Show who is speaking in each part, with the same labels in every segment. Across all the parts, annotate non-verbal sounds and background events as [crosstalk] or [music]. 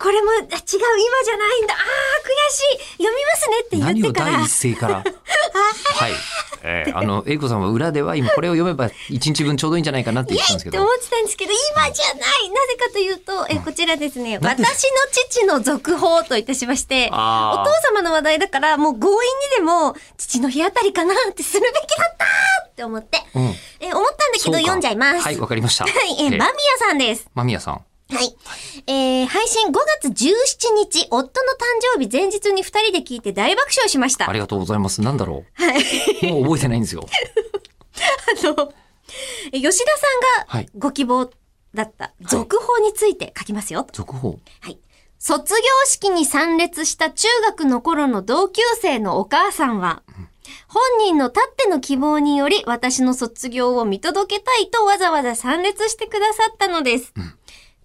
Speaker 1: これも、あ違う、今じゃないんだ。ああ、悔しい。読みますねって言
Speaker 2: 何
Speaker 1: っ
Speaker 2: を
Speaker 1: てから。
Speaker 2: 第
Speaker 1: [laughs]
Speaker 2: 一声からはい、えーあの英子さんは裏では今これを読めば一日分ちょうどいいんじゃないかなって言ってたんですけ
Speaker 1: って
Speaker 2: ど
Speaker 1: 思ってたんですけど、今じゃないなぜかというと、え、こちらですね、
Speaker 2: なん
Speaker 1: 私
Speaker 2: で
Speaker 1: の父の続報といたしまして、お
Speaker 2: あー
Speaker 1: 父様の話題だから、もう強引にでも、父の日あたりかなってするべきだったって思って、
Speaker 2: うん
Speaker 1: え、思ったんだけ
Speaker 2: そ
Speaker 1: ど
Speaker 2: うか
Speaker 1: 読んじゃいます。
Speaker 2: はいわ
Speaker 1: [laughs] は
Speaker 2: かりました
Speaker 1: い、え、間宮さんです。
Speaker 2: 間宮さん
Speaker 1: はい。えー、配信5月17日、夫の誕生日前日に2人で聞いて大爆笑しました。
Speaker 2: ありがとうございますなんだろうもう覚えてない
Speaker 1: [laughs]
Speaker 2: んですよ
Speaker 1: あの、え吉田さ
Speaker 2: は
Speaker 1: ん
Speaker 2: い
Speaker 1: がご希望だった続報について書きますよ。
Speaker 2: 続報
Speaker 1: はい。卒業式に参列した中学の頃の同級生のお母さんは、本人のたっての希望により私の卒業を見届けたいとわざわざ参列してくださったのです。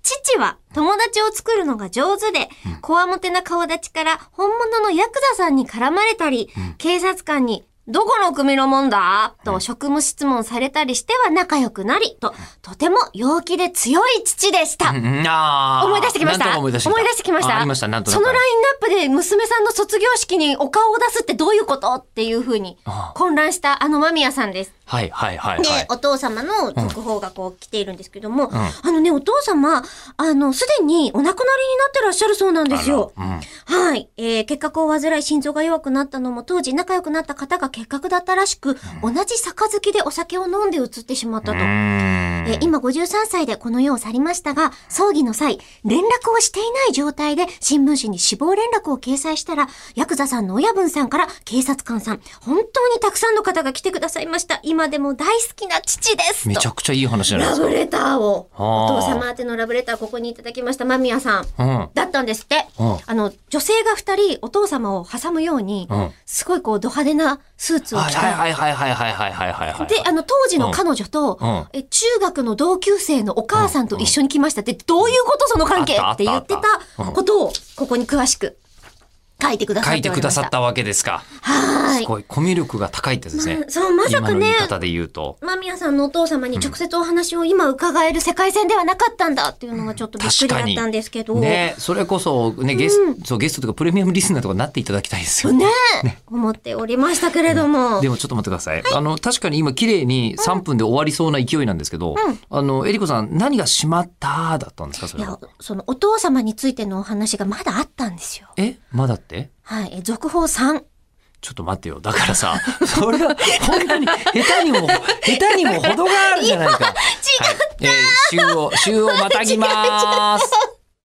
Speaker 1: 父は友達を作るのが上手で、こわもてな顔立ちから本物のヤクザさんに絡まれたり、警察官に、どこの組のもんだと職務質問されたりしては仲良くなり、と、とても陽気で強い父でした。
Speaker 2: あー
Speaker 1: 思い出してきまし
Speaker 2: なん
Speaker 1: た。
Speaker 2: とか
Speaker 1: 思
Speaker 2: 思
Speaker 1: い
Speaker 2: い
Speaker 1: 出
Speaker 2: 出
Speaker 1: し
Speaker 2: して
Speaker 1: てき
Speaker 2: きた
Speaker 1: ました。
Speaker 2: あありましたなんとな
Speaker 1: そ
Speaker 2: く
Speaker 1: のラインナップで娘さんの卒業式にお顔を出すってどういうことっていうふうに
Speaker 2: ああ
Speaker 1: 混乱したあの間宮さんです。
Speaker 2: はいはいはい
Speaker 1: で、
Speaker 2: はい
Speaker 1: お父様の続報がこう来ているんですけども、
Speaker 2: ん
Speaker 1: あのね、お父様、あの、すでにお亡くなりになってらっしゃるそうなんですよ。
Speaker 2: うん
Speaker 1: はい。えー結核を患い心臓が弱くなったのも当時仲良くなった方が結核だったらしく、同じ杯でお酒を飲んで移ってしまったと。
Speaker 2: うーん
Speaker 1: えー今53歳でこの世を去りましたが、葬儀の際、連絡をしていない状態で新聞紙に死亡連絡を掲載したら、ヤクザさんの親分さんから警察官さん、本当にたくさんの方が来てくださいました。今でも大好きな父です。
Speaker 2: めち
Speaker 1: と
Speaker 2: ゃくちゃいい話じゃないで
Speaker 1: ラ
Speaker 2: すか
Speaker 1: ブレターを、
Speaker 2: あー
Speaker 1: お父様宛てのラブレターここにいただきました、間宮さん。
Speaker 2: うん
Speaker 1: だったんですって。
Speaker 2: うん
Speaker 1: あの、女性が二人お父様を挟むように、
Speaker 2: うん
Speaker 1: すごいこうド派手なスーツを
Speaker 2: は
Speaker 1: 着
Speaker 2: い
Speaker 1: た、
Speaker 2: はいはいはいはいはいはいはいはい
Speaker 1: で、あの、当時の彼女と、
Speaker 2: うんうん
Speaker 1: え中学の同級生のお母さんと一緒に来ましたって、どういうことその関係
Speaker 2: あ
Speaker 1: っ
Speaker 2: ってた
Speaker 1: 言
Speaker 2: あ
Speaker 1: っ
Speaker 2: ってた
Speaker 1: た
Speaker 2: あったうん
Speaker 1: ことを、ここに詳しく書いてくださっ
Speaker 2: 書
Speaker 1: て
Speaker 2: いて
Speaker 1: おり
Speaker 2: く
Speaker 1: ま
Speaker 2: だ
Speaker 1: した。
Speaker 2: さったわけですか
Speaker 1: はー
Speaker 2: す
Speaker 1: い。
Speaker 2: ごいコミュ力が高いってですね
Speaker 1: まあそうまさかね
Speaker 2: 今の言い方で言うと
Speaker 1: 間宮さんのお父様に直接お話を今伺える世界線ではなかったんだっていうのがちょっとびっくり
Speaker 2: 確
Speaker 1: だ
Speaker 2: か
Speaker 1: っ
Speaker 2: に
Speaker 1: たんですけど。
Speaker 2: ねそれこそねゲス,、そうゲストとかプレミアムリスナーとかになっていただきたいですよね
Speaker 1: ね思っておりましたけれども。
Speaker 2: でもちょっと待ってください、あの確かに今綺麗に3分で終わりそうな勢いなんですけど、あのえりこさん何が「しまった」だったんですかそ
Speaker 1: い
Speaker 2: れは
Speaker 1: や、そのお父様についてのお話がまだあったんですよ。
Speaker 2: えまだって
Speaker 1: はい。え続報3。
Speaker 2: ちょっと待ってよだからさ [laughs] それは本当に下手にも下
Speaker 1: [laughs]
Speaker 2: 手にも程があるじゃないか
Speaker 1: 違う [laughs]
Speaker 2: はい、えー週を週をまたぎます